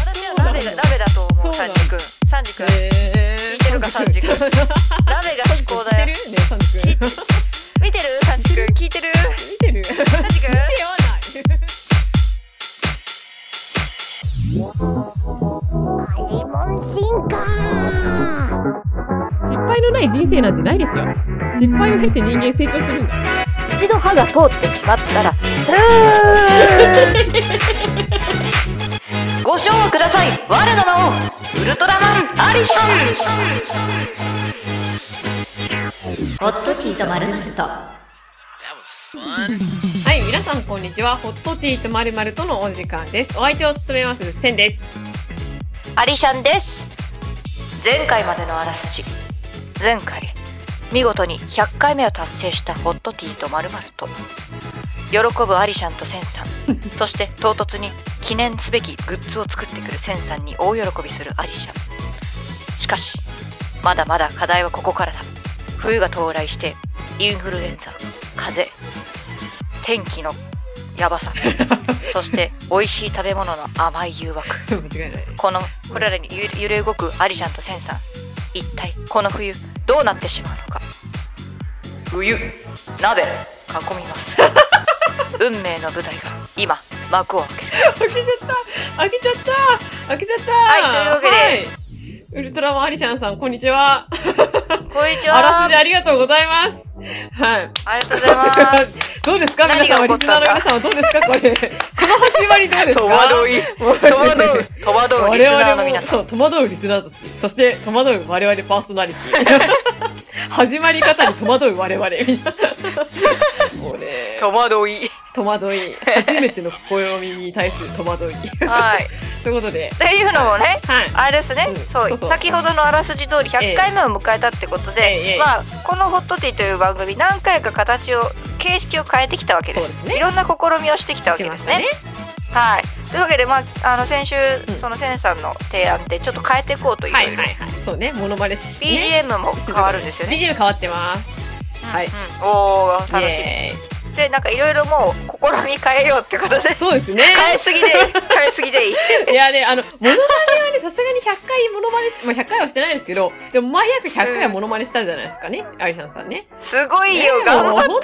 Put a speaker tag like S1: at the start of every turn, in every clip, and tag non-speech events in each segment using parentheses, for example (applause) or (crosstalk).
S1: だ鍋だと思う
S2: そ
S1: 三
S2: うなの
S1: 時くん三時くん聞
S2: え
S1: いてるか三時くん鍋が至高だよ
S2: 聞いてるねサンジ
S1: 見てる三時くん聞いてる
S2: 君見てる
S1: 三時くん
S2: 手合わない
S3: リモン進化
S2: 失敗のない人生なんてないですよ失敗を経て人間成長するんだ
S1: 一度歯が通ってしまったらスーンご賞をください我らのウルトラマンアリシャンホットティーとまるまると
S4: That was fun.
S2: はい皆さんこんにちはホットティーとまるまるとのお時間ですお相手を務めますセンです
S1: アリシャンです前回までのあらすじ前回見事に100回目を達成したホットティーとまるまると喜ぶアリシャンとセンさんそして唐突に記念すべきグッズを作ってくるセンさんに大喜びするアリシャンしかしまだまだ課題はここからだ冬が到来してインフルエンザ風邪天気のやばさそして美味しい食べ物の甘い誘惑
S2: 間違いない
S1: このこれらにゆ揺れ動くアリシャンとセンさん一体この冬どうなってしまうのか冬鍋囲みます (laughs) 運命の舞台が今幕を開ける
S2: 開けちゃった開けちゃった開けちゃった
S1: はいという
S2: いうわけで、ウルトラマンアリシャンさんこんにちは
S1: こんにち
S2: あ
S1: は
S2: らすじありがとうございますはい
S1: ありがとうございます (laughs)
S2: どうですか皆
S1: 何
S2: さん
S1: が
S2: は
S1: 起こ
S2: リ
S1: っ
S2: スナ
S1: たんだ
S2: ーの皆さんはどうですかこれこの始まりどうです
S1: (laughs)
S2: か
S1: い
S2: 戸
S1: う戸惑
S2: 我々も
S1: リスナーの皆 (laughs) さん
S2: そう、戸惑うリスナーたち。そして、戸惑う我々パーソナリテ (laughs) ィ。始まり方に戸惑う我々。み (laughs) たいなこれ、
S1: 惑い
S2: 戸惑い。初めての試みに対する戸惑い。
S1: はい
S2: (laughs) ということで、
S1: というのもね
S2: はい。
S1: あれですね、
S2: うん
S1: そう
S2: そうそう
S1: 先ほどのあらすじ通り
S2: ええ
S1: 100回目を迎えたってことで、
S2: ええええ
S1: まあ、この「ホットティー」という番組何回か形を形式を変えてきたわけで
S2: そう
S1: す
S2: ですね
S1: いろんな試みをしてきたわけですね。
S2: しま
S1: はい、というわけで、まあ、あの先週、
S2: ん
S1: そのセンさんの提案でちょっと変えていこうという、
S2: はいはいはい。そうね、モノマネし、ね。
S1: BGM も変わるんですよね。
S2: BGM 変わってます。はい
S1: うん、おー楽しみ
S2: イエ
S1: でなんかいろいろもう試み変えようってこと
S2: (laughs)
S1: で
S2: ーイそうですね。
S1: 変えすぎで変えすぎでいい。
S2: いやね、あの、モノマネはね、さすがに100回モノマネし、まあ、100回はしてないですけど、でも、毎約100回はモノマネしたじゃないですかね、アリシャンさんね。
S1: すごい
S2: い
S1: よ頑張ったな。
S2: 頑張っ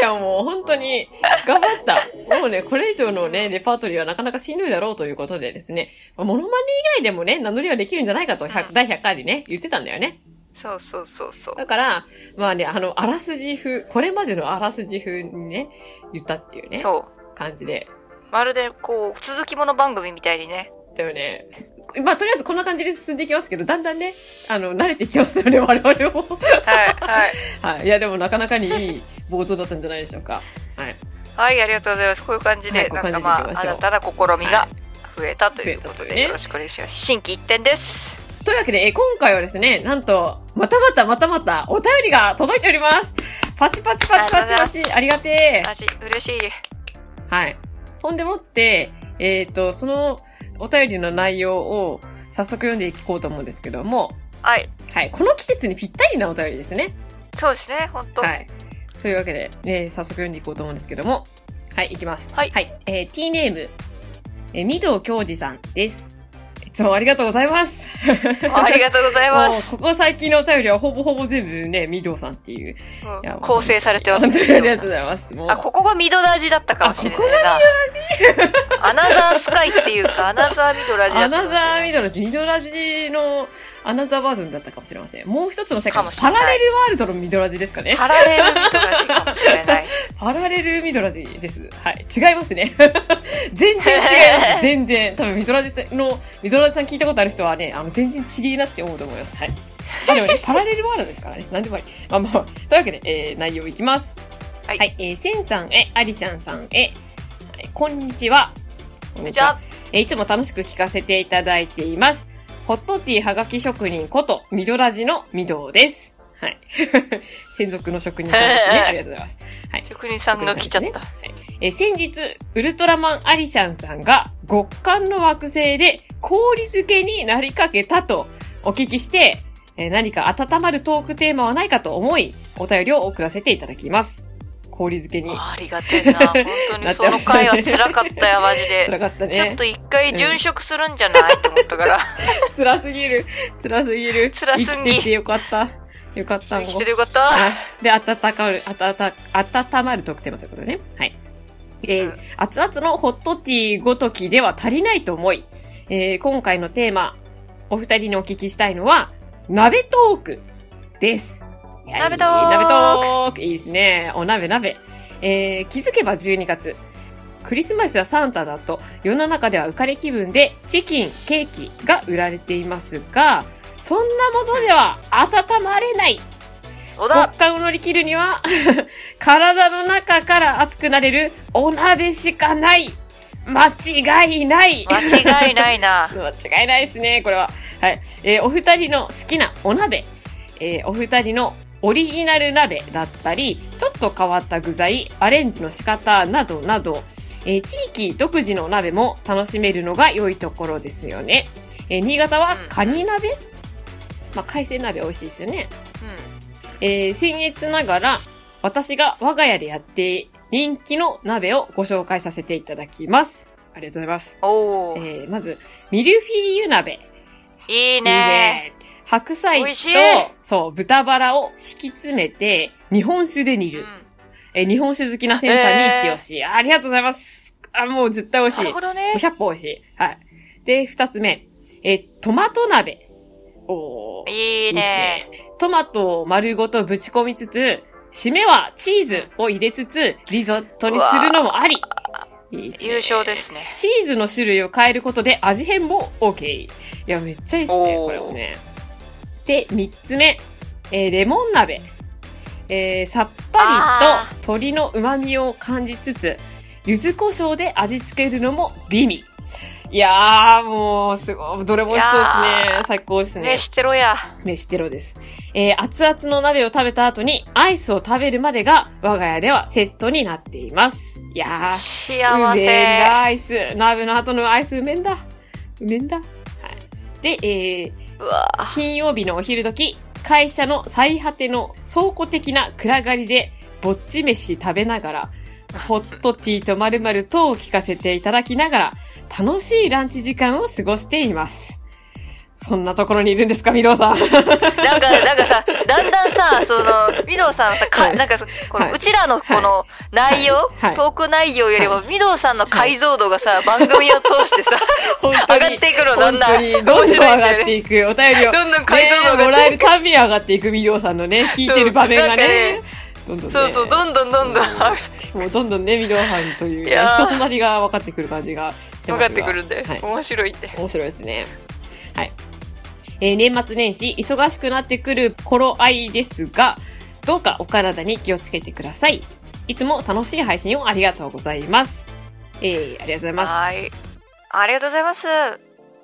S2: たよ、もう。本当に。頑張った。もうね、これ以上のね、レパートリーはなかなかしんどいだろうということでですね、まあモノマネ以外でもね、名乗りはできるんじゃないかと、100第100回でね、言ってたんだよね。
S1: そうそうそうそう。
S2: だから、まあね、あの、あらすじ風、これまでのあらすじ風にね、言ったっていうね、
S1: そう
S2: 感じで。
S1: まるでこう続きもの番組みたいにね
S2: だよね。まあ、とりあえずこんな感じで進んでいきますけど、だんだんね、あの、慣れてきますよね、我々も。
S1: はいはい
S2: (laughs) はい。いや、でもなかなかにいい冒頭だったんじゃないでしょうか。はい。
S1: (laughs) はいありがとうございますこういう感じで、
S2: はいこういう
S1: な
S2: 感
S1: ん
S2: じ
S1: か
S2: でい
S1: ま
S2: きましょう
S1: あ新たな試みが
S2: は
S1: 増えたということ
S2: 増えたとい
S1: で、
S2: うね
S1: よろしくお願いします新規一点です
S2: というわけで、えー今回はですね、なんと、またまたまたまた、お便りが届いております。パチパチパチパチパチ、あ
S1: あ
S2: りがてえ。
S1: 味嬉しい
S2: はい。ほんでもって、えっ、と、そのお便りの内容を早速読んでいこうと思うんですけども、
S1: はい
S2: はい。この季節にぴったりなお便りですね。
S1: そうですね本当
S2: はい。というわけで、えー早速読んでいこうと思うんですけども、はい、いきます。
S1: はい
S2: えー、t ネーム、えー、御堂京二さんです。いつもありがとうございます。
S1: ありがとうございます
S2: (laughs) もうここ最近のお便りはほぼほぼ全部ね、御堂さんっていう
S1: うん
S2: いや
S1: 構成されてます
S2: 本
S1: ね
S2: 当にありがとうございます。もう
S1: あここがミドラジだったかもしれないなアナザースカイっていうかアナザーミドラジだ
S2: ア
S1: ったか
S2: ナ
S1: もしれ
S2: ザー
S1: ない
S2: ミドル、ミドラジのアナザーバージョンだったかもしれません。もう一つの世
S1: か
S2: 界
S1: も、し
S2: パ
S1: れない
S2: ラレルワールドのミドラジですかね。
S1: パラレルミドラジかもしれ
S2: (laughs)
S1: ない
S2: パラレルミドラジです。はい。違いますね。 (laughs) 全然違います。全然。多分ミドラジさんの、ミドラジさん聞いたことある人はね、あの、全然違いなって思うと思い (laughs) ます。はい。まあでもね、パラレルワールドですからね。なんでもいい。まあまあまあ、というわけで、えー、内容いきます。
S1: はい
S2: えー、センさんへ、アリシャンさんへ、はい、こんにちは。こん
S1: じゃあ
S2: えーいつも楽しく聞かせていただいています。ホットティーはがき職人こと、ミドラジのミドウです。はい。 (laughs) 専属の職人さん (laughs) ですね。ありがとうございます。
S1: 職人さんが来ちゃった
S2: えー先日、ウルトラマンアリシャンさんが極寒の惑星で氷漬けになりかけたとお聞きして、えー何か温まるトークテーマはないかと思い、お便りを送らせていただきます。氷漬けに。
S1: ありがて
S2: (laughs)
S1: えな。本当にその回は辛かったよ、マジで。
S2: 辛かったね。
S1: ちょっと一回殉職するんじゃないと思った
S2: (laughs)
S1: から。
S2: 辛すぎる。辛すぎる。
S1: 辛すぎ
S2: 生きててよかった。よかった。
S1: 生
S2: もう
S1: きてるよかった。
S2: はいで、温かる、温か、温まる特典ということでね。はい。えー
S1: うん
S2: 熱々のホットティーごときでは足りないと思い、えー今回のテーマ、お二人にお聞きしたいのは、鍋トークです。はい
S1: 鍋トーク
S2: 鍋トークいいですね。お鍋鍋。えー気づけば12月。クリスマスやサンタだと、世の中では浮かれ気分でチキン、ケーキが売られていますが、そんなものでは温まれない
S1: そう
S2: 国
S1: だ。
S2: 家を乗り切るには (laughs) 体の中から熱くなれるお鍋しかない間違いない
S1: 間違いない
S2: (laughs)
S1: な。
S2: 間違いないですねこれははい、えーお二人の好きなお鍋、えーお二人のオリジナル鍋だったりちょっと変わった具材アレンジの仕方などなど、えー地域独自の鍋も楽しめるのが良いところですよね、えー新潟はカニ鍋、まあ、海鮮鍋美味しいですよね
S1: うん。
S2: えー、僭越ながら、私が我が家でやって人気の鍋をご紹介させていただきます。ありがとうございます。
S1: お
S2: え
S1: ー。
S2: ー、まず、ミルフィーユ鍋。
S1: いい
S2: いい
S1: ね。
S2: ね白菜
S1: 美味しい
S2: と、そう、豚バラを敷き詰めて、日本酒で煮
S1: う
S2: る。
S1: ん
S2: えー日本酒好きなセンサーに一押し。ありがとうございます。あ、もう絶対美味し。
S1: ないるほどね。
S2: 100本美味しい。はい。で、二つ目。えートマト鍋。おー。
S1: いいね。
S2: トマトを丸ごとぶち込みつつ、締めはチーズを入れつつ、リゾットにするのもあり。いいっすね
S1: 優勝ですね。
S2: チーズの種類を変えることで味変も OK。いや、めっちゃいいっすね、
S1: おー
S2: これもね。で、三つ目、えーレモン鍋。えーさっぱ
S1: あ
S2: りと鶏の旨味を感じつつ、柚子胡椒で味付けるのも美味。いやー、もう、すごい、どれも美味しそうです
S1: いや
S2: ね。最高ですね。
S1: ね、してろや。
S2: 飯テロです。えー熱々の鍋を食べた後にアイスを食べるまでが我が家ではセットになっています。いやー、
S1: 幸
S2: うめえん
S1: せ。
S2: だ、アイス。鍋の後のアイスうめえんだ。うめえんだ。はい。で、え
S1: うわ
S2: ー金曜日のお昼時、会社の最果ての倉庫的な暗がりでぼっち飯食べな
S1: (laughs)
S2: がら、ホットティーとまるまるとを聞かせていただきながら、楽しいランチ時間を過ごしています。そんなところにいるんですか、みろうさん。
S1: なんか、なんかさ、だんだんさ、その、ミドウさんのさ、か
S2: はい
S1: なんかさ、この、
S2: はいう
S1: ちらのこの内容、
S2: はい
S1: トーク内容よりも、
S2: は
S1: ミドウさんの解像度がさ、番組を通してさ、
S2: 本
S1: 上
S2: 当に
S1: がっていくの、だんだん。
S2: 本当にどんどん
S1: 面
S2: 上
S1: 白いんだよ
S2: がっていく、お便りを。
S1: どんどん解像度
S2: ねえも
S1: が
S2: ら
S1: ね
S2: えるたびに上がっていく、みりょうさん
S1: (laughs)
S2: のね、聞いてる場面がね。どんどんね。
S1: そうそう、どんどんどんどん上がって
S2: もうどんどんね、みりょうさんという、
S1: い
S2: ね、
S1: やー
S2: 人となりが分かってくる感じがして
S1: 分か
S2: ますが。
S1: ってくるんで
S2: はい、
S1: 面白いんで。
S2: 面白いですね。はい。えー年末年始、忙しくなってくる頃合いですが、どうかお体に気をつけてください。いつも楽しい配信をありがとうございます。えー、ありがとうございます。
S1: はーい。ありがとうございます。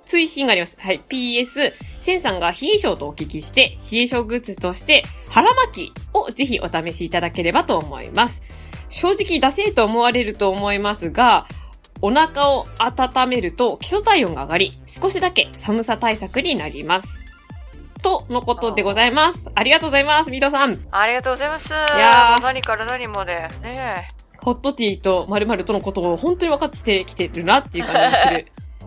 S2: 追伸があります。はい。PS、センさんが冷え性とお聞きして、冷え性グッズとして、腹巻きをぜひお試しいただければと思います。正直、ダセーと思われると思いますが、お腹を温めると基礎体温が上がり、少しだけ寒さ対策になります。とのことでございます。ありがとうございます、みどさん。
S1: ありがとうございます。
S2: や
S1: も
S2: ー
S1: う何から何まで。ね
S2: ホットティーと〇〇とのことを本当に分かってきてるなっていう感じがする。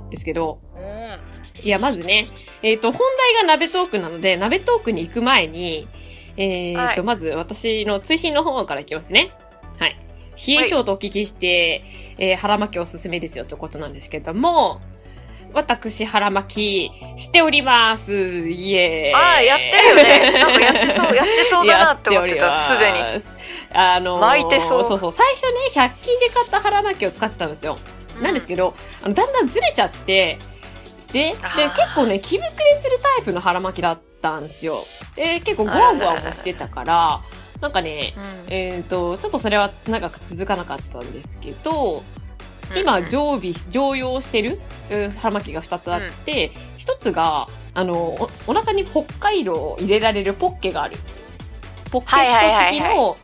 S2: ですけど、
S1: え。
S2: いや、まずね、えっ、と、本題が鍋トークなので、鍋トークに行く前に、えっ、と、
S1: はい
S2: まず私の追伸の方からいきますね。はい。冷え性とお聞きして、えー腹巻きおすすめですよということなんですけども、私腹巻きしております。イエーイ。
S1: うん。ああ、やってるよね。なんかやって
S2: (laughs)
S1: そう、やってそうだなって思ってた、すでに。
S2: やっております。あのー
S1: 巻いてそう
S2: そうそう。最初ね、100均で買った腹巻きを使ってたんですよ。なんですけど、あのだんだんずれちゃって、で、で
S1: あー
S2: 結構ね、着膨れするタイプの腹巻きだったんですよ。で、結構ゴワゴワもしてたから、なんかね、
S1: うん、うん
S2: えっ、と、ちょっとそれは長く続かなかったんですけど、今、常備し、常用してるうん腹巻きが2つあって、一1つが、あのお、お腹に北海道を入れられるポッケがある。ポッケ
S1: はいはい
S2: ッ
S1: は
S2: ト付
S1: い
S2: き
S1: はい
S2: の、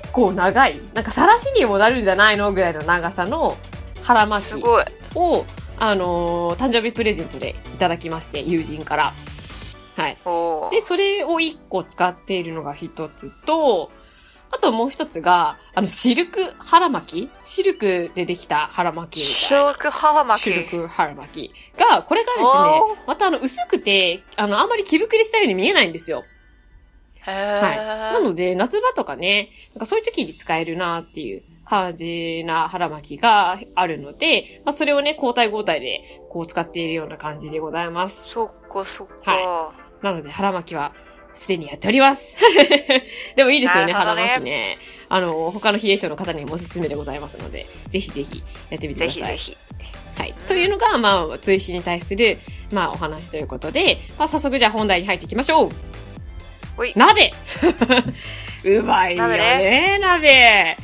S2: 結構長い、なんか晒しにもなるんじゃないのぐらいの長さの腹巻き。
S1: すごい。
S2: を、あのー誕生日プレゼントでいただきまして、友人から。はい。
S1: おー
S2: で、それを1個使っているのが1つと、あともう一つが、あの、シルク腹巻きシルクでできた腹巻きみたい
S1: 小
S2: な。
S1: 学母巻き。
S2: シルク腹巻きが、これがですね
S1: おー、
S2: またあの、薄くて、あの、あんまり着膨れしたように見えないんですよ。
S1: へ
S2: はい。
S1: ー
S2: なので、夏場とかね、なんかそういう時に使えるなっていう感じな腹巻きがあるので、まあ、それをね、交代交代で、こう使っているような感じでございます。
S1: そっかそっか。
S2: はなので、腹巻きは、すでにやっております。 (laughs) でもいいですよね、
S1: なるほ
S2: 腹
S1: どね
S2: 巻きね。あの、他の冷え性の方にもおすすめでございますので、ぜひぜひやってみて
S1: ぜ
S2: くだ
S1: ひ
S2: さ
S1: ぜ
S2: い。
S1: ひ。
S2: はい。というのが、まあ、追試に対する、まあ、お話ということで、まあ、早速じゃあ本題に入っていきましょう。
S1: ほい
S2: 鍋 (laughs) うまいよ
S1: 鍋
S2: ね、鍋。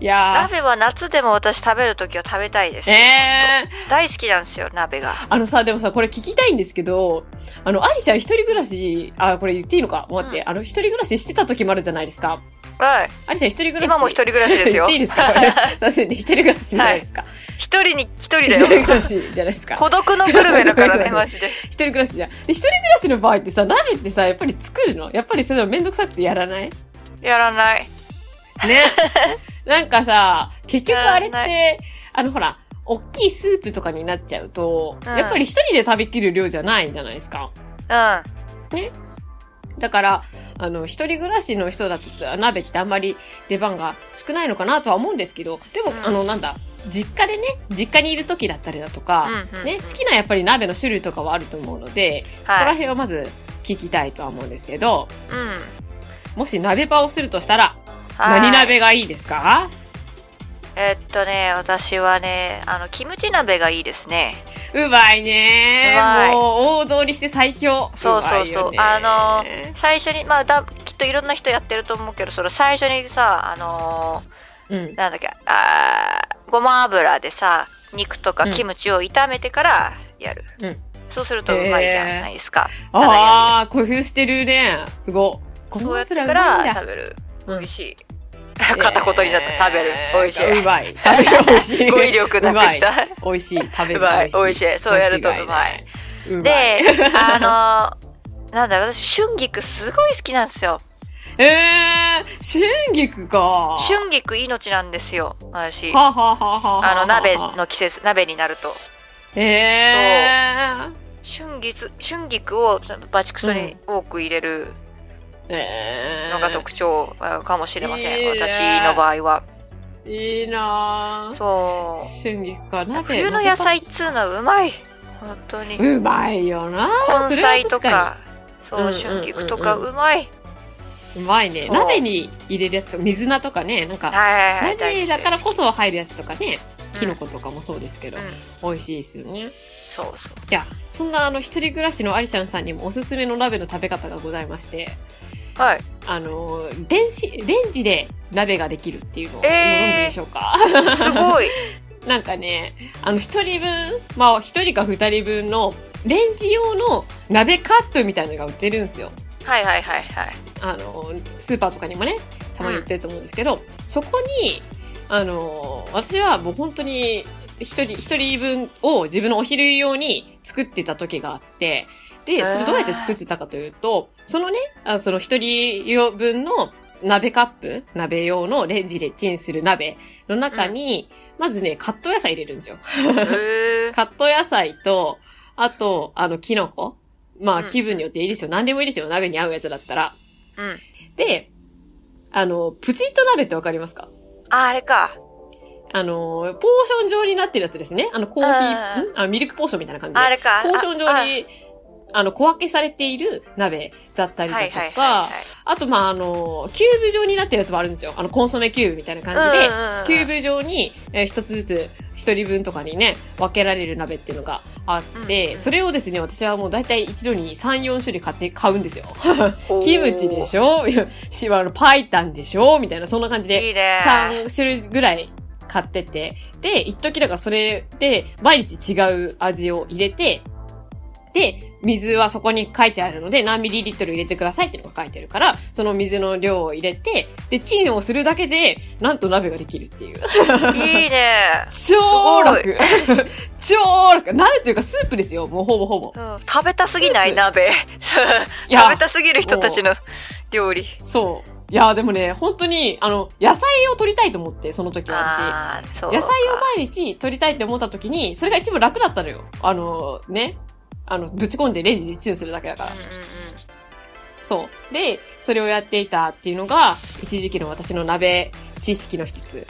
S2: いや
S1: 鍋は夏でも私食べるときは食べたいで
S2: ー。
S1: す。
S2: えー、
S1: 大好きなんですよ、鍋が。
S2: あのさ、でもさ、これ聞きたいんですけど、あの、アリちゃん一人暮らし、あ、これ言っていいのか待って、あの、一人暮らししてた時もあるじゃないですか。
S1: はい。
S2: アリちゃん一人暮らし。。
S1: 今も一人暮らしですよ
S2: 言っていいですか (laughs) これすいませんね、一人暮らしじゃないですか。
S1: 一人に一人
S2: 一
S1: だ
S2: 人
S1: よ。
S2: 暮らしじゃないですか。
S1: 孤独のグルメだから
S2: (laughs) そうだ
S1: ね、
S2: ね
S1: マジで。
S2: 一人暮らしじゃん。で、一人暮らしの場合ってさ、鍋ってさ、やっぱり作るのやっぱりそれめんどくさくてやらないね。
S1: やらない。
S2: (laughs) なんかさ、結局あれっ
S1: やら
S2: て、あのほら、大きいスープとかになっちゃうと、
S1: うん
S2: やっぱり一人で食べきる量じゃないじゃないですか。
S1: う
S2: だから、あの、一人暮らしの人だと鍋ってあんまり出番が少ないのかなとは思うんですけど、でも、
S1: うん
S2: あの、なんだ、実家でね、実家にいる時だったりだとか、
S1: ん。うん。
S2: ね、好きなやっぱり鍋の種類とかはあると思うので、そこら
S1: はい。
S2: 辺はまず聞きたいとは思うんですけど、
S1: うん。
S2: もし鍋場をするとしたら、
S1: はい
S2: 何鍋がいいですか
S1: えっとね、私はね、あの、キムチ鍋がいいですね。
S2: うまいね
S1: うまい
S2: もう王道にして最強。
S1: そうそうそう
S2: まいよ
S1: あ
S2: ね
S1: 最初に、まあだ、きっといろんな人やってると思うけど、その最初にさ、あの
S2: うん
S1: ー、。なんだっけ、あーごま油でさ、肉と
S2: う
S1: か
S2: ん
S1: キムチを炒めてからやる。
S2: うん
S1: そうするとうまいじゃないですか。だやる
S2: ああ、工夫してるね。すごい。
S1: そうやって
S2: ごま
S1: か
S2: 油うまい
S1: ら
S2: んだ
S1: 食べる。
S2: うん
S1: 美味しい。 (laughs) 片言になった。食べる。美味し
S2: えーう
S1: い。
S2: まい。食べる。美味しい。
S1: 語彙力なくした。
S2: 美味しい。食べ
S1: (laughs)
S2: る。
S1: うまい。美味し
S2: い。
S1: い。そうやるとうまい。。で、あのー、なんだろう、私、春菊すごい好きなんですよ。
S2: ええー、春菊か。
S1: 春菊命なんですよ、私。
S2: はあはあはあはあは
S1: あ
S2: あ
S1: の、鍋。の季節、鍋になると。
S2: ええー。
S1: 春菊、春菊をバチクソに多く入れるの
S2: の
S1: が特徴あかもしれません。
S2: いいね
S1: 私の場合は。
S2: いいなぁ。
S1: そう。
S2: 春菊かな。
S1: 冬の野菜っつうのはうまい。本当に。
S2: うまいよなぁ。
S1: 根菜とか、
S2: れ
S1: そう、
S2: は確かに
S1: 春菊とか
S2: うんうんう
S1: う
S2: ん
S1: まい。
S2: それは確かに。うまいね。
S1: そう
S2: 鍋に入れるやつとか、水菜とかね、なんか、
S1: はいはいはい。大好
S2: 鍋
S1: き
S2: だから
S1: 大好
S2: こ
S1: き
S2: そ入るやつとかね、
S1: うん
S2: キノコとかもそうですけど、
S1: うん
S2: 美味しいですよね。
S1: そうそう。
S2: いや、そんなあの、一人暮らしのアリシャンさんにもおすすめの鍋の食べ方がございまして、 (laughs)
S1: はい。
S2: あの、電子、レンジで鍋ができるっていうのをご存知
S1: えー
S2: でしょうか、
S1: すごい。
S2: (laughs) なんかね、あの、一人分、まあ、一人か二人分の、レンジ用の鍋カップみたいなのが売ってるんですよ。
S1: はいはいはい
S2: (laughs)
S1: はい。
S2: あの、スーパーとかにもね、たまに売ってると思うんですけど、そこに、あの、私はもう本当に、一人、一人分を自分のお昼用に作ってた時があって、で、それどうやって作ってたかというと、そのね、あその一人用分の鍋カップ、鍋用のレンジでチンする鍋の中に、まずね、カット野菜入れるんですよ。
S1: へー
S2: カット野菜と、あと、あの、キノコ。まあ、
S1: うん
S2: 気分によっていいですよ。何でもいいですよ。鍋に合うやつだったら。
S1: うん。
S2: で、あの、プチッと鍋ってわかりますか
S1: あ、あれか。
S2: あの、ポーション状になってるやつですね。あの、コーヒ
S1: うん
S2: ー、んあミルクポーションみたいな感じで
S1: あ。れか。
S2: ポーション
S1: あ
S2: 状に、あの、小分けされている鍋だったりだ
S1: はいはいはい
S2: と
S1: は
S2: か
S1: い、
S2: あと、まあ、あの、キューブ状になってるやつもあるんですよ。あの、コンソメキューブみたいな感じで、
S1: うんうんうん
S2: キューブ状に、えー一つずつ一人分とかにね分けられる鍋っていうのがあって、
S1: うんうん
S2: それをですね私はもう大体一度に34種類買って買うんですよ
S1: ほう
S2: キムチでしょいやしあのパイタンでしょみたいなそんな感じ
S1: い
S2: で
S1: いね。
S2: 3種類ぐらい買っててで一時だからそれで毎日違う味を入れてで、水はそこに書いてあるので、何ミリリットル入れてくださいっていうのが書いてあるから、その水の量を入れて、で、チンをするだけで、なんと鍋ができるってい
S1: い
S2: う。
S1: いね。
S2: 超楽 (laughs) 超楽鍋っていうかスープですよ、もうほぼほぼ。
S1: うん食べたすぎない
S2: スー
S1: 鍋。
S2: いや
S1: 食べたすぎる人たちの料理。
S2: そう。いやーでもね、本当に、あの、野菜を取りたいと思って、その時は
S1: あーそ
S2: 私。
S1: う
S2: 野菜を
S1: か
S2: 毎日取りたいって思った時に、それが一番楽だったのよ。あの、ね。あの、ぶち込んでレンジでチンするだけだから
S1: うん。うんうん
S2: そう。で、それをやっていたっていうのが、一時期の私の鍋知識の一つ。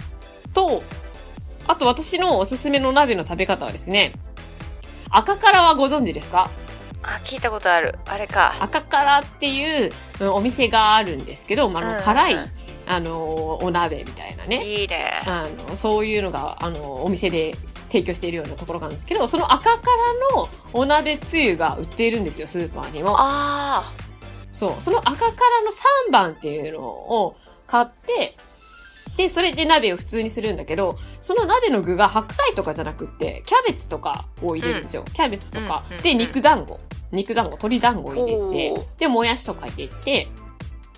S2: と、あと私のおすすめの鍋の食べ方はですね、赤からはご存知ですか
S1: あ聞いたことあるあれか
S2: 赤からっていううんお店があるんですけど、まあ、あ
S1: うん
S2: の辛い、
S1: うん
S2: あのお鍋みたいなね
S1: いいね
S2: あのそういうのがあのお店で提供しているようなところなんですけどその赤からのお鍋つゆが売っているんですよスーパーにも
S1: あ
S2: そうその赤からの3番っていうのを買ってでそれで鍋を普通にするんだけどその鍋の具が白菜とかじゃなくってキャベツとかを入れるんですよ、キャベツとか、
S1: うんうん
S2: で
S1: うん
S2: 肉団子肉団子鶏団子を入れ
S1: お
S2: て
S1: ー
S2: でもやしとか入れて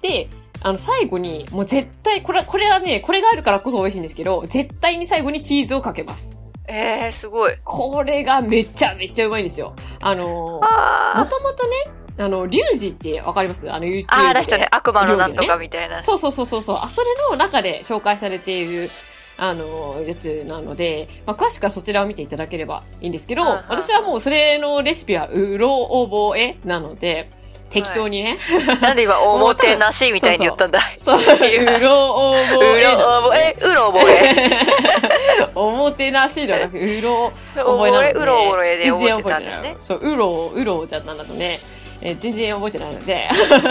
S2: であの最後にもう絶対これこれはねこれがあるからこそ美味しいんですけど絶対に最後にチーズをかけます
S1: ーえー、すごい
S2: これがめちゃめちゃうまいんですよあのーも
S1: あー
S2: ともとね、あの、リュウジってわかりますあの YouTube で。
S1: あーあの人ね悪魔のなんとかみたいな、
S2: そうそうそうそうそう。あ、それの中で紹介されている、あの、やつなので、まあ、詳しくはそちらを見ていただければいいんですけど、
S1: うんうんうん
S2: 私はもうそれのレシピはうろ覚えなので、適当にね。
S1: なんで今おもてなしみたいに言ったんだ
S2: そう、うろ
S1: う
S2: 覚え
S1: ろ
S2: なの
S1: 覚
S2: で。
S1: えうろ覚え
S2: (laughs) おもてなしではなく、うろ
S1: 覚
S2: 覚えなの
S1: え
S2: で。
S1: うろ覚えで
S2: 全
S1: 覚
S2: 然
S1: えて
S2: 覚
S1: たん
S2: えて
S1: で
S2: ない
S1: すね
S2: そう、うろ、うろじゃなんだとね、えー全然覚えてないので。 (laughs) だから、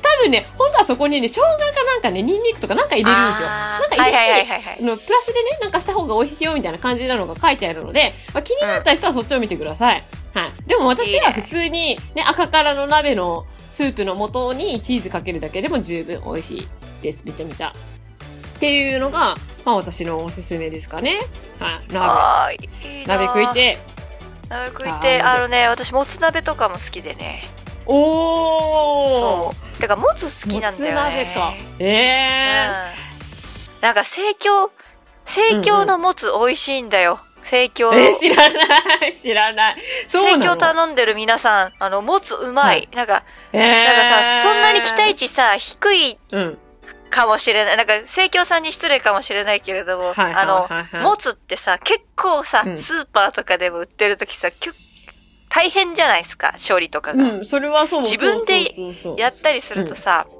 S2: 多分ね、本当はそこにね、生姜かなんかね、ニンニクとかなんか入れるんですよ。
S1: あ
S2: なん
S1: ー
S2: か入れて
S1: はいはいはいはい
S2: あのプラスでね、なんかした方が美味しいよみたいな感じなのが書いてあるので、まあ、気になった人はそっちを見てください。はい。でも私は普通に、ね、赤からの鍋のスープの素にチーズかけるだけでも十分美味しいです。めちゃめちゃ。っていうのが、まあ私のおすすめですかね。はい。鍋。
S1: あーいいな
S2: 鍋食いて。
S1: 鍋食いて
S2: あー
S1: あのね私もつ鍋とかも好きでね
S2: おー
S1: そうだからもつ好きなんだよね
S2: もつ鍋か。え
S1: うんなんか生協生協のもつ美味しいんだよ生協
S2: ー。えー、知らない。 (laughs) 知らない。そう
S1: 生
S2: な
S1: 協
S2: の
S1: 頼んでる皆さんあのもつうま、
S2: はい
S1: なんか
S2: え
S1: なんかさ、
S2: ー、
S1: そんなに期待値さ低い
S2: うん。
S1: かもしれないなんか生協さんに失礼かもしれないけれども、
S2: はい
S1: あの、
S2: はいはいはい
S1: もつってさ結構さ、
S2: うん
S1: スーパーとかでも売ってる時さきゅ大変じゃないですか処理とかが、
S2: うん、それはそう。
S1: 自分で
S2: そうそうそう
S1: やったりするとさ、
S2: うん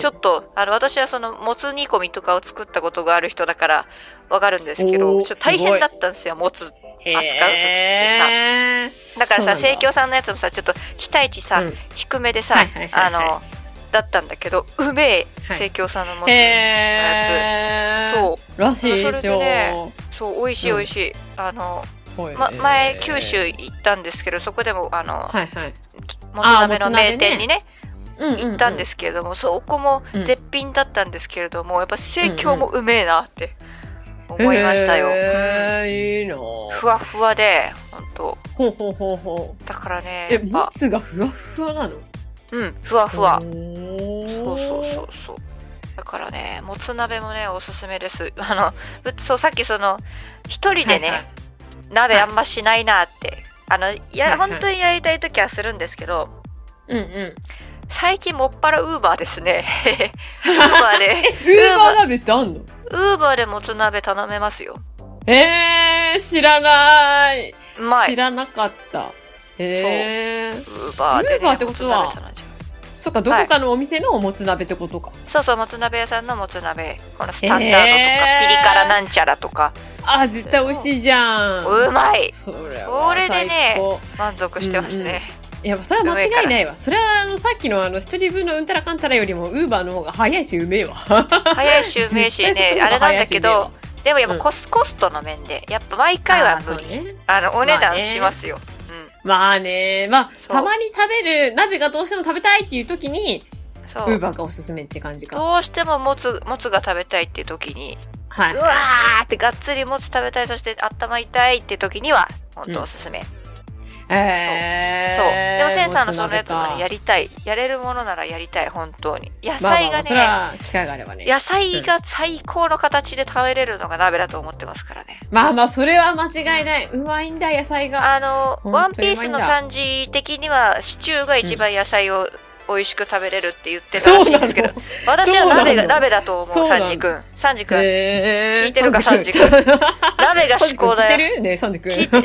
S1: ちょっとあの私はそのもつ煮込みとかを作ったことがある人だからわかるんですけど
S2: おー
S1: ちょっと大
S2: すご
S1: 変
S2: い
S1: だったんですよもつ
S2: へー
S1: 扱う時ってだからさ
S2: そうな
S1: 生
S2: んだ
S1: 協さんのやつもさちょっと期待値さ、
S2: うん
S1: 低めでさ、
S2: はいはいはいはい
S1: あのだったんだけどうめえ
S2: はい
S1: 生協さんのもつ、
S2: へー
S1: そう
S2: うらしいですよ、
S1: それでねそう美味しい美
S2: うん
S1: 味しい、あの、
S2: ほい
S1: ま、前九州行ったんですけどそこでもあの、
S2: はいはい
S1: もつ鍋の
S2: あーもつ鍋ね
S1: 名店にね
S2: うんうんうん
S1: 行ったんですけれども、そこも
S2: うん
S1: 絶品だったんですけれども、やっぱ生協もうめえなって思いましたよ、
S2: へーいいな
S1: うん
S2: ぁ
S1: ふわふわで本当
S2: ほうほうほうほう
S1: だからねや
S2: え
S1: っ
S2: も
S1: ぱ
S2: つがふわふわなの
S1: うんふわふわそ
S2: そう
S1: そうそうそうだからねもつ鍋もねおすすめです (laughs) あのぶそうさっきその一人でね、鍋あんましないなって、あの
S2: は
S1: や
S2: いはい
S1: 本当にやりたい時はするんですけど
S2: うんうん
S1: 最近もっぱらウーバーです
S2: (laughs)
S1: ねウーバーで
S2: ウーバー鍋ってあんの
S1: ウーバーでもつ鍋頼めますよ
S2: えー、知らないう
S1: まい
S2: 知
S1: ウ
S2: らなかったへー
S1: ーバーで、ね、
S2: ウーバーってことは
S1: もつ鍋頼んじゃう
S2: そっかどこかのお店のおもつ鍋ってことか
S1: そうそうもつ鍋屋さんのもつ鍋このスタンダードとか、
S2: えー
S1: ピリ辛なんちゃらとか
S2: あー絶対美味しいじゃん
S1: うまい
S2: それ
S1: それでね
S2: 最高
S1: 満足してますね、
S2: いやそれは間違いないわそれはあのさっきのあの一人分のうんたらかんたらよりもウーバーの方が早いしうめえわ
S1: 早いしうめえしね
S2: 絶対そっちの
S1: あ
S2: 方
S1: れな
S2: が
S1: ん
S2: 早
S1: だ
S2: いし
S1: けどでもやっぱ
S2: うん
S1: コス,、コストの面でやっぱ毎回は無理
S2: うめえわあーそうね
S1: あのお値
S2: まあ
S1: 段
S2: ね
S1: しますよ、うん
S2: まあねまあ
S1: そう
S2: たまに食べる鍋がどうしても食べたいっていう時に
S1: そう
S2: ウーバーがおすすめって感じか
S1: どうしてももつもつが食べたいっていう時に
S2: はいう
S1: わーってがっつりもつ食べたいそして頭痛いって時には本当おすすめ、
S2: えー、
S1: そうでもセンサーのそのやつもねや
S2: り
S1: りたいやれるものならやりたい本当に野菜がね、
S2: それは機会があればね
S1: 野菜が最高の形で食べれるのが鍋だと思ってますからね
S2: まあまあそれは間違いないうまいんだ野菜が
S1: あの「ワ
S2: 本
S1: ン
S2: 当
S1: ピ
S2: に
S1: ー
S2: うま
S1: ス
S2: いん
S1: の
S2: だ
S1: 惨事的にはシチューが一番野菜を美味しく食べれるって言ってたらしいんですけど
S2: そうな
S1: 私は
S2: そう
S1: 鍋
S2: な
S1: が
S2: の
S1: 鍋だと
S2: そ
S1: 思う
S2: うな
S1: サ
S2: の
S1: ンジ君サンジ君、
S2: え
S1: 聞いてるか
S2: サンジ君
S1: サン鍋が至高だよ
S2: 聞いてるねサンジ君
S1: 聞いて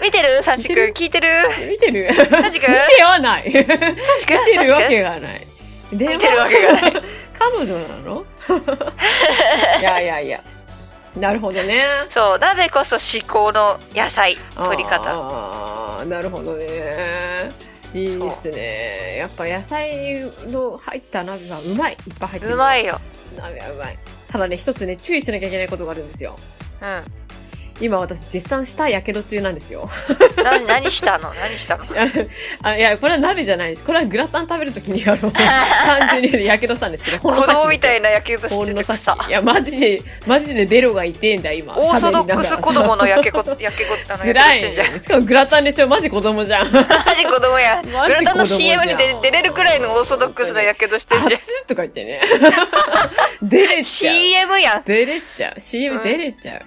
S1: 見てるサンジ君聞いてる
S2: (laughs) 見てる
S1: サンジ君
S2: 見てはない見て
S1: サンジ君サンジ
S2: るわ
S1: 君
S2: けがない見
S1: 見てるわけがない
S2: 彼女なの (laughs) いやいやいやなるほどね
S1: そう鍋こそ至高の野菜取り方
S2: あーなるほどねいいですねやっぱ野菜の入った鍋はうまいいっぱい入ってる
S1: うまいよ
S2: 鍋はうまいただね一つね注意しなきゃいけないことがあるんですよ
S1: う
S2: 今私絶賛したやけど中なんですよ
S1: んな何したの何
S2: (laughs)
S1: したの
S2: あいやこれは鍋じゃないですこれはグラタン食べるときにあ
S1: (laughs)
S2: の単純にやけどしたんですけどほんの
S1: 子
S2: さっ
S1: 供み
S2: きです
S1: た
S2: よ
S1: いなやけどし
S2: ほ
S1: て
S2: んの
S1: て
S2: さっき
S1: さ
S2: いやマジでマジでベロが痛いんだ今
S1: オーソド
S2: 喋りな
S1: ッ
S2: が
S1: ク
S2: ら
S1: ス子供のやけこやけこあのやけど
S2: 辛
S1: してん
S2: い
S1: じゃん
S2: よしかもグラタンでしょマジ子供じゃん
S1: マジ子供や。グ
S2: マジ
S1: ラタンの
S2: 子供じゃん
S1: CM に出出れるくらいのオーソドックスなやけどしてんじゃん。
S2: 熱とか言ってね (laughs) 出れちゃう
S1: CM やん。
S2: 出れちゃう
S1: う
S2: CM
S1: ん
S2: 出れちゃう、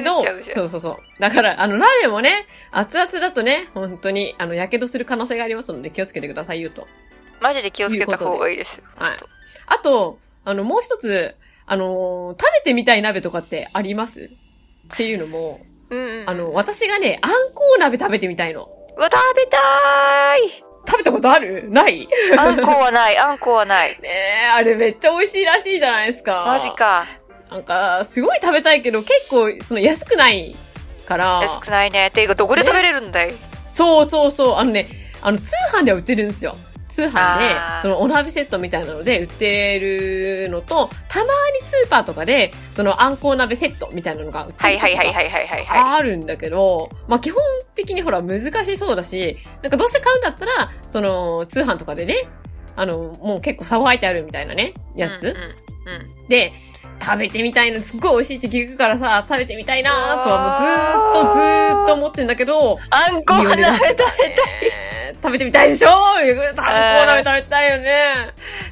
S1: 出れ
S2: ど、
S1: ちゃうじゃん
S2: そうそうそう。だから、あの、鍋もね、熱々だとね、本当に、あの、火傷する可能性がありますので、気をつけてくださいよと。
S1: マジで気をつけた方がいいです。
S2: はい。あと、あの、もう一つ、あのー食べてみたい鍋とかってありますっていうのも、
S1: うんうん。
S2: あの、私がね、あんこう鍋食べてみたいの。
S1: うわ、食べた
S2: 食べたことあるない
S1: ー
S2: (laughs)
S1: いあんこはない、あんこはない。
S2: ねえ、あれめっちゃ美味しいらしいじゃないですか。
S1: マジ。か。
S2: なんか、すごい食べたいけど、結構、その安くないから。
S1: 安くないね。ていうか、どこで食べれるんだい
S2: そうそうそう。あのね、あの、通販では売ってるんですよ。通販で
S1: あー、
S2: そのお鍋セットみたいなので売ってるのと、たまにスーパーとかで、そのあんこう鍋セットみたいなのが売って
S1: はい
S2: るとか
S1: はいはいはいはいはいはい。
S2: あるんだけど、まあ基本的にほら難しそうだし、なんかどうせ買うんだったら、その通販とかでね、あの、もう結構騒いてあるみたいなね、やつ。
S1: うんうんうん
S2: で、食べてみたいな、すっごい美味しいって聞くからさ、食べてみたいなとはもうずーっとずーっと思ってんだけど、
S1: あんこは鍋食べ
S2: えー食べてみたいでしょ食べコーナー食べたいよね。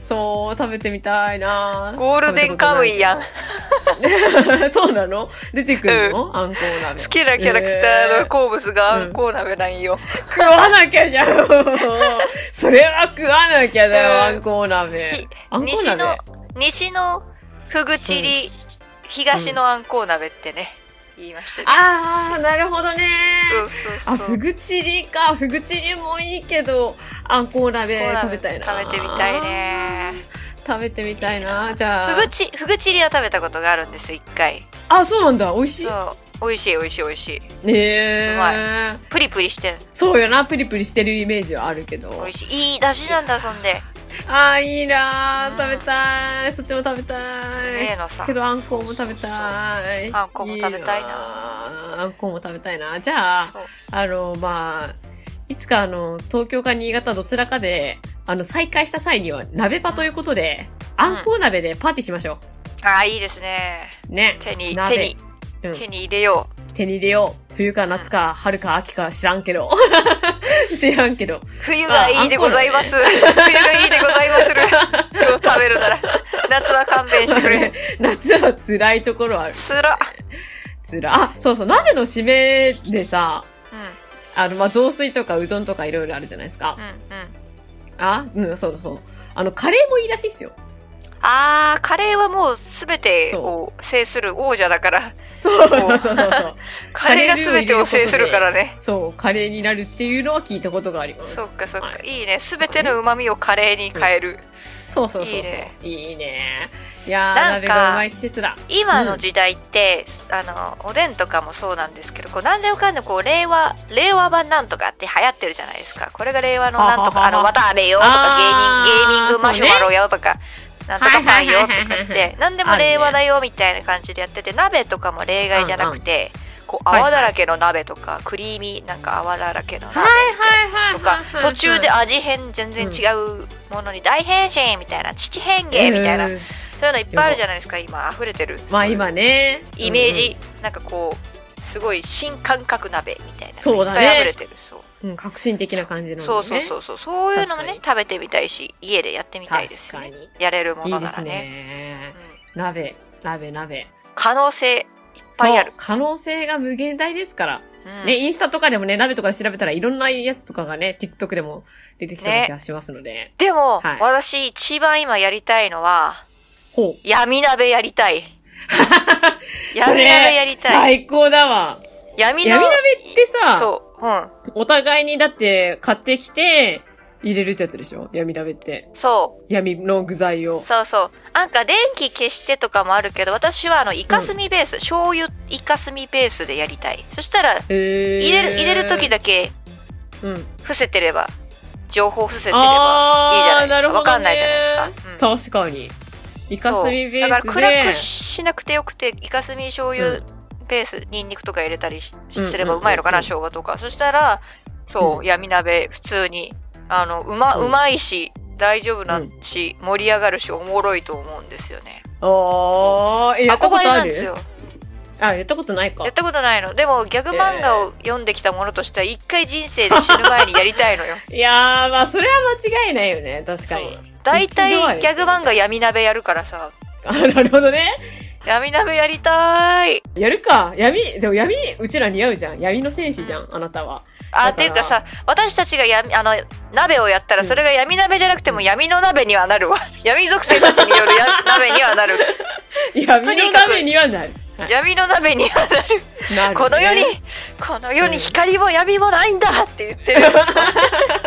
S2: そう、食べてみたいな
S1: ゴールデンカムイやん。好
S2: ん。 (laughs) そうなの出てくるの、あんこう鍋。
S1: きなキャラクターの好物があんこ鍋なんよ。
S2: 食わなきゃじゃん。
S1: (laughs)
S2: それは食わなきゃだよ、あんこう鍋
S1: き。
S2: あんこう
S1: 西
S2: 鍋
S1: の。西のフグチリ、東のあんこう鍋ってね言いましたね
S2: あー、なるほどね。
S1: そうそ
S2: あ、
S1: うそ
S2: ふ
S1: う
S2: ぐちりか。ふぐちりもいいけど、あんこう鍋
S1: あんこう鍋
S2: 食べたいな。
S1: 食べてみたいね。
S2: 食べてみたいな。じゃあ
S1: フ。グチフグチリは食べたことがあるんです一回
S2: あ、そうなんだ。美味しい
S1: そ。う美味しい美味しい美味しい
S2: ねえ。
S1: うまプリプリして
S2: そうよな、プリプリしてるイメージはあるけ
S1: 美
S2: ど
S1: 味。しいいい出汁なんだそんで
S2: あー、いいな
S1: うん
S2: ー、食べたい。そっちも食べた
S1: 例
S2: い。
S1: のさ
S2: けど、あんこうも食べたい。
S1: あんこうも食べたいな
S2: なあんこうも食べたいな。じゃあ、
S1: そう
S2: あの、まあ、いつかあの、東京か新潟どちらかで、あの、再開した際には、鍋場ということで、あんこう鍋でパーティーしましょ
S1: ああいいですね
S2: う。ね。
S1: 手に
S2: 鍋
S1: 手に、
S2: うん
S1: 手に入れよ
S2: 手に入れよう。冬か夏か、春か秋か知らんけ
S1: (laughs)
S2: ど。知らんけど。
S1: う冬がいいでございます、冬がいいでございまする
S2: (laughs)
S1: 今日食べるなら夏は勘弁してく
S2: (laughs)
S1: れ
S2: 夏は辛いところはある。
S1: つら、
S2: 辛い。あ、そうそう、鍋の締めでさ、
S1: うん、
S2: あの、まあ、雑炊とかうどんとかいろいろあるじゃないですか。
S1: うんうん
S2: あ、うん、そうそう。あの、カレーもいいらしいっすよ。
S1: あーカレーはもう全てを制する王者だから
S2: そう (laughs) そうそうそう。
S1: カレーが全てを制するからね
S2: そう、カレーになるっていうのは聞いたことがあります。
S1: そっかそっか、、
S2: はい
S1: いね全ての旨味をカレーに変える、
S2: そうそうそうそう。
S1: い
S2: い
S1: い
S2: い
S1: ね
S2: ね。い
S1: なん
S2: やー、
S1: か
S2: 鍋がうまい季節だ。
S1: 今の時代って、あのおでんとかもそうなんですけどこう何でもかんでもこう令和令和版なんとかって流行ってるじゃないですかこれが令和のなんとか
S2: ははは
S1: あの渡辺よとか
S2: あ
S1: 芸
S2: ー
S1: 人ゲーミングマシュマロよとか、なんとかパンよとか
S2: はいはい
S1: っ
S2: はいはい
S1: て何でも令和だよみたいな感じでやってて鍋とかも例外じゃなくて、こう
S2: はいは
S1: 泡
S2: い
S1: だらけの鍋とかクリーミーなんか泡だらけの鍋
S2: はいはいはい。
S1: とか途中で味変全然違うものに大変身みたいな七変化みたいな
S2: うん
S1: そういうのいっぱいあるじゃないですか今溢れてる
S2: ま
S1: そう
S2: あ
S1: いう
S2: 今ね。
S1: イメージ、なんかこうすごい新感覚鍋みたいな
S2: そうだね
S1: いっぱい溢れてるそう,、
S2: うん。うん、革新的な感じの、ね。
S1: そうそうそうそうそういうのもね
S2: 確
S1: 食べてみたいし家でやってみたいですよね
S2: 確か
S1: やれるも
S2: い
S1: の
S2: いで
S1: な
S2: す
S1: らね
S2: ね
S1: うん。
S2: 鍋、鍋、鍋。
S1: 可能性いっぱいある
S2: そう可能性が無限大ですから。
S1: うん
S2: ね、インスタとかでもね、鍋とかで調べたらいろんなやつとかがね、TikTok でも出てきそうな気がしますので。
S1: でも、
S2: はい
S1: 私一番今やりたいのは、
S2: ほう。
S1: 闇鍋やりた
S2: (laughs)
S1: い。闇
S2: それ
S1: 鍋やりたい。
S2: 最高だわ。
S1: 闇の
S2: 闇鍋ってさ
S1: そう。うん。
S2: お互いにだって買ってきて、入れるってやつでしょ闇鍋って。
S1: そ
S2: 闇の具材
S1: う。
S2: を。
S1: そうそう。なんか電気消してとかもあるけど、私はあの、イカスミベース、醤油イカスミベースでやりたい。そしたら、
S2: えー、
S1: 入れる、入れる時だけ
S2: うん。出て
S1: 伏せてれば、情報伏せてれば、いいじゃない
S2: ああ
S1: ですか。わかんないじゃないですか。うん
S2: 確かに。イカスミベースで。
S1: そうだから暗くしなくてよくてイカスミ醤
S2: う
S1: 油ベース、ニンニクとか入れたりし
S2: うんうん
S1: すればうまいのかな、
S2: うん
S1: 生姜とかそしたらそう、
S2: うん
S1: 闇鍋普通にあのうま,、
S2: う
S1: うんまいし大丈夫な
S2: うん
S1: し、盛り上がるしおもろいと思うんですよね
S2: ああ、えやったこ
S1: 憧れ
S2: とあ
S1: なん
S2: る
S1: ですよ
S2: あ、やったことないか
S1: やっ。たことないのでもギャグ漫画を読んできたものとしては一回人生で死ぬ前にやりたいのよ
S2: いやー、まあ、それは間違いないよね。確かに
S1: そう。大
S2: 一度はや
S1: 体
S2: り
S1: ギ
S2: たい
S1: ャグ漫画闇鍋やるからさ
S2: あ、なるほどね。
S1: 闇鍋やりたーい
S2: やるか。闇、でも闇、うちら似合うじゃん。闇の戦士じゃん、あなたは。
S1: あ
S2: だから
S1: ていうかさ私たちが闇あの鍋をやったら
S2: うん
S1: それが闇鍋じゃなくても
S2: うん
S1: 闇の鍋にはなるわ (laughs) 闇属性たちによ
S2: (laughs)
S1: るや鍋にはなる
S2: 闇
S1: と
S2: の
S1: にかく
S2: 鍋にはなる。はい
S1: 闇の鍋にはなる
S2: なるね
S1: この世にこの世に光も闇もないんだって言ってる
S2: (laughs)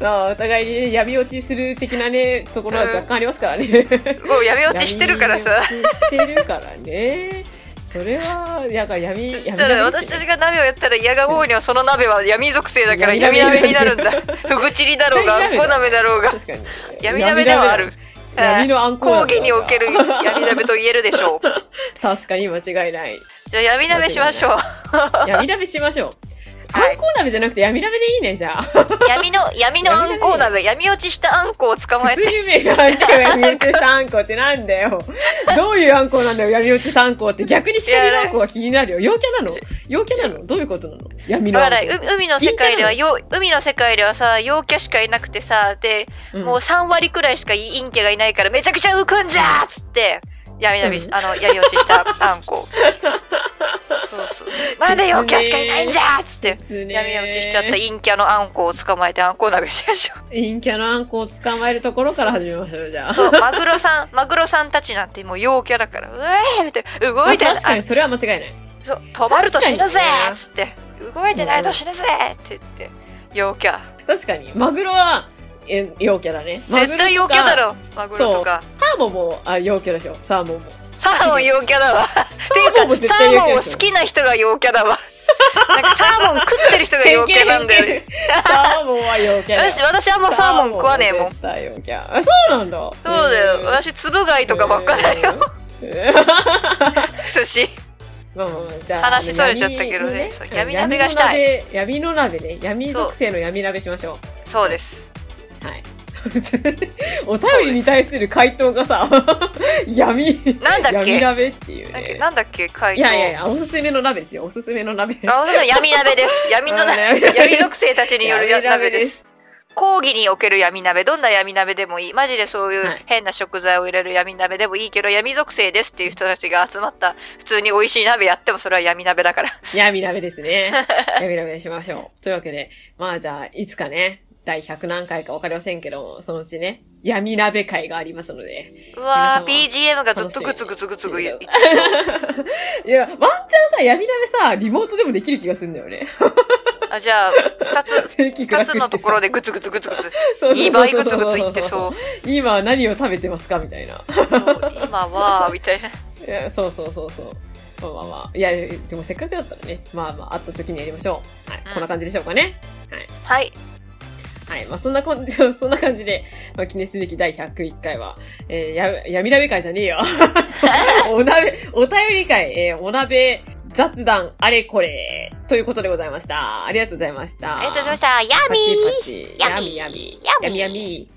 S2: まあ、お互いにね闇落ちする的なね、ところは若干ありますからね。
S1: もう闇落ちしてるからさ
S2: 闇落ちしてるからね。それは、なんか闇、
S1: そ
S2: 闇
S1: したら
S2: 闇で
S1: 私
S2: す
S1: た
S2: よ
S1: ちが鍋をやったら嫌がおうにはその鍋は闇属性だから闇
S2: 闇鍋
S1: 鍋になるんだ
S2: (laughs)
S1: ふぐちりだろうがあん
S2: 闇鍋だ
S1: こ鍋だろうが
S2: 確かに。
S1: 闇鍋ではある
S2: 闇の暗
S1: 講
S2: 黒
S1: 義における闇鍋と言えるでしょう
S2: (laughs) 確かに間違いない。
S1: じゃあ闇鍋しましょう
S2: 闇鍋しましょう。
S1: はい
S2: 暗黒鍋じゃなくて闇鍋でいいね、じゃあ。
S1: 闇の闇のあんこう鍋闇落ちしたあんこを捕まえ
S2: 普
S1: て
S2: 通に目があんこ闇落ちしたあんこってなんだよ。どういうあんこなんだよ、闇落ちしたあんこって。逆に光のあんこが気になるよ。陽キャなの陽キャなのどういうことなの闇の
S1: だ
S2: あ
S1: か
S2: んこ
S1: ら。う海の世界ではよ海の世界ではさ陽キャしかいなくてさで、
S2: うん
S1: もう3割くらいしか陰キャがいないからめちゃくちゃ浮くんじゃーっつって闇闇、
S2: うん
S1: あのやり落ちしたあん
S2: (laughs)
S1: こそうそうまだ陽キャしかいないんじゃーっつって
S2: つね
S1: 闇落ちしちゃった陰キャのあんこを捕まえてあんこ鍋しましょ
S2: 陰キャのあんこを捕まえるところから始めましょう、じゃあ。
S1: うそうマグロさんマグロさんたちなんてもう陽キャだからうえーみたいな動いて
S2: まあ確か
S1: ない
S2: に、それは間違いない。
S1: そう止まると死ぬぜ
S2: 確かにね
S1: ーっつって動いてないと死ぬぜーって言って陽キャ
S2: 確かに。マグロは、え、陽キャだね。
S1: 絶対陽キャだ
S2: マグロとか。
S1: ろマグロとか
S2: サーモンも、あ、陽キャでしょ。サーモンも。
S1: サーモン陽キャだわ
S2: サーモンも絶
S1: サ
S2: 対
S1: ー
S2: 陽
S1: モ
S2: キ
S1: ン
S2: ャ
S1: を
S2: で
S1: 好
S2: しょ。
S1: きな人が陽キャだ
S2: (laughs)
S1: わなんかサーモン食ってる人が陽キャなんだよね。
S2: (laughs) サーモンは陽キャだよ
S1: 私私あんまサーモン食わねえもん
S2: 絶対陽キャあそうなんだ。
S1: そうだよ私つぶ貝とかばっかだよ
S2: よ。えー
S1: 寿司
S2: (laughs) まあまあまあじゃあ
S1: 話それちゃったけどねそう闇鍋がした
S2: い。闇の鍋ね。闇属性の闇鍋しましょ
S1: そうです
S2: う。はい。 (laughs) お便りに対する回答がさ、 (laughs) 闇、
S1: なんだっけ
S2: 闇鍋っていう
S1: なんだっけ
S2: ね。
S1: なんだっけ回
S2: い
S1: 答
S2: やいやいや、おすすめの鍋ですよ。おすすめの鍋。
S1: あ本当だ闇鍋です闇の
S2: あ闇鍋で
S1: (laughs)
S2: す
S1: 闇属性たちによるや鍋です。講義における闇鍋どんな闇鍋でもいいマジでそういう
S2: はい
S1: 変な食材を入れる闇鍋でもいいけど、闇属性ですっていう人たちが集まった普通に美味しい鍋やってもそれは闇鍋だから
S2: 闇鍋です
S1: (laughs)
S2: ね。闇鍋しましょう。というわけで、まあじゃあ、いつかね、第100何回かわかりませんけども、そのうちね、闇鍋会がありますので。
S1: うわー
S2: 皆
S1: BGM がずっとグツグツグツグツ言って
S2: いや、ワンチャンさ、闇鍋さ、リモートでもできる気がするんだよね。
S1: あじゃあ2つ
S2: 正規
S1: 2つのところ
S2: で、
S1: でグツグツグツグツ
S2: (laughs) そうそうそう
S1: 2倍グツグツいって
S2: う。
S1: そう
S2: 今は何を食べてますかみたいな。
S1: そう今はみたいない
S2: やそうそうそうそう。まあまあまあ。いや、でもせっかくだったらね、まあまあ、会った時にやりましょう。はい。
S1: うん
S2: こんな感じでしょうかね。は
S1: は
S2: い。
S1: い
S2: はい。まあ、そんなこん、 (laughs) そんな感じで、まあ、記念すべき第101回は、えー、や、闇鍋会じゃねえ
S1: (laughs)
S2: よ。お鍋、お便り会、えー、お鍋雑談あれこれ、ということでございました。ありがとうございました。
S1: ありがとうございました闇
S2: パチパチ。
S1: 闇
S2: やみやみ。
S1: 闇
S2: やみやみ。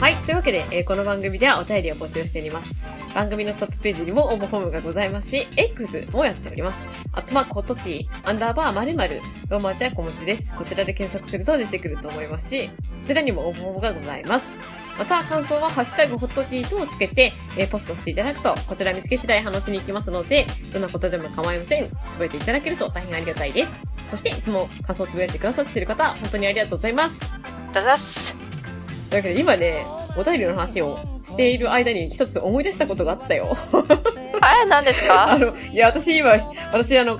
S2: はい。というわけで、けで、えーこの番組ではお便りを募集しております。番組のトップページにも応募フォームがございますし、X もやっております。あとまあ、コットティー、アンダーバー〇〇、ローマ字は小文字です。こちらで検索すると出てくると思いますし、こちらにも応募フォームがございます。また、感想は、ハッシュタグホットティーとをつけて、えーポストしていただくと、こちら見つけ次第話しに行きますので、どんなことでも構いません。つぶえていただけると大変ありがたいです。そして、いつも感想をつぶやいてくださっている方、本当にありがとうございます。
S1: だざっす。
S2: というわけで、今ね、お便りの話をしている間に一つ思い出したことがあったよ。
S1: あ、何です
S2: あ
S1: か
S2: の、いや、私今、私あの、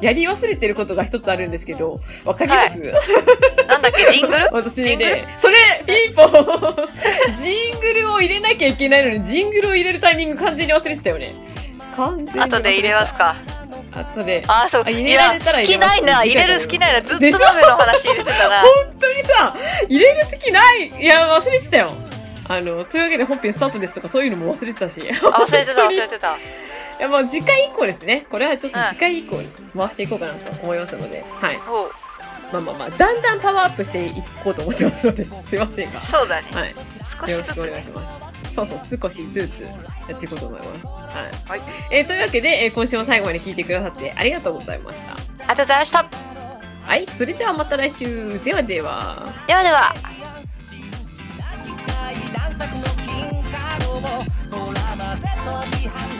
S2: やり忘れてることが一つあるんですけど、わかります、
S1: なんだっけ、ジングルジ
S2: (laughs) 私
S1: ングル
S2: ね、それ、ピーポージングルを入れなきゃいけないのに、ジングルを入れるタイミング完全に忘れてたよね。完全に忘れてた。
S1: 後で入れますか。
S2: 後で。
S1: あ、そう。
S2: あ入
S1: い
S2: れら
S1: や、
S2: れたら
S1: 好
S2: 入
S1: き
S2: れます
S1: ないな。入れる好きないな。ずっと
S2: でしょ
S1: 鍋の話入れてた
S2: (laughs)
S1: な。
S2: 本当にさ、入れる好きないいや、忘れてたよ。あの、というわけで本編スタートですとかそういうのも忘れてた
S1: あ
S2: し。
S1: 忘れてた、忘
S2: 本当に
S1: れてた。
S2: いや、もう次回以降ですね。これはちょっと次回以降に回していこうかなと思いますので。はい。
S1: おう
S2: まあまあまあ、だんだんパワーアップしていこうと思ってますので、 (laughs) すいませんが。
S1: そうだね。
S2: はい。
S1: 少し
S2: よろ
S1: ず
S2: し
S1: つ
S2: くお願い
S1: ね。
S2: します。そうそう、少しずつやっていこうと思います。はい。
S1: はい。
S2: えーというわけで、えー今週も最後まで聞いてくださってありがとうございました。
S1: ありがとうございました。
S2: はい。それではまた来週。ではでは。
S1: ではでは。
S5: 「探索の金貨を空まで飛び跳ね」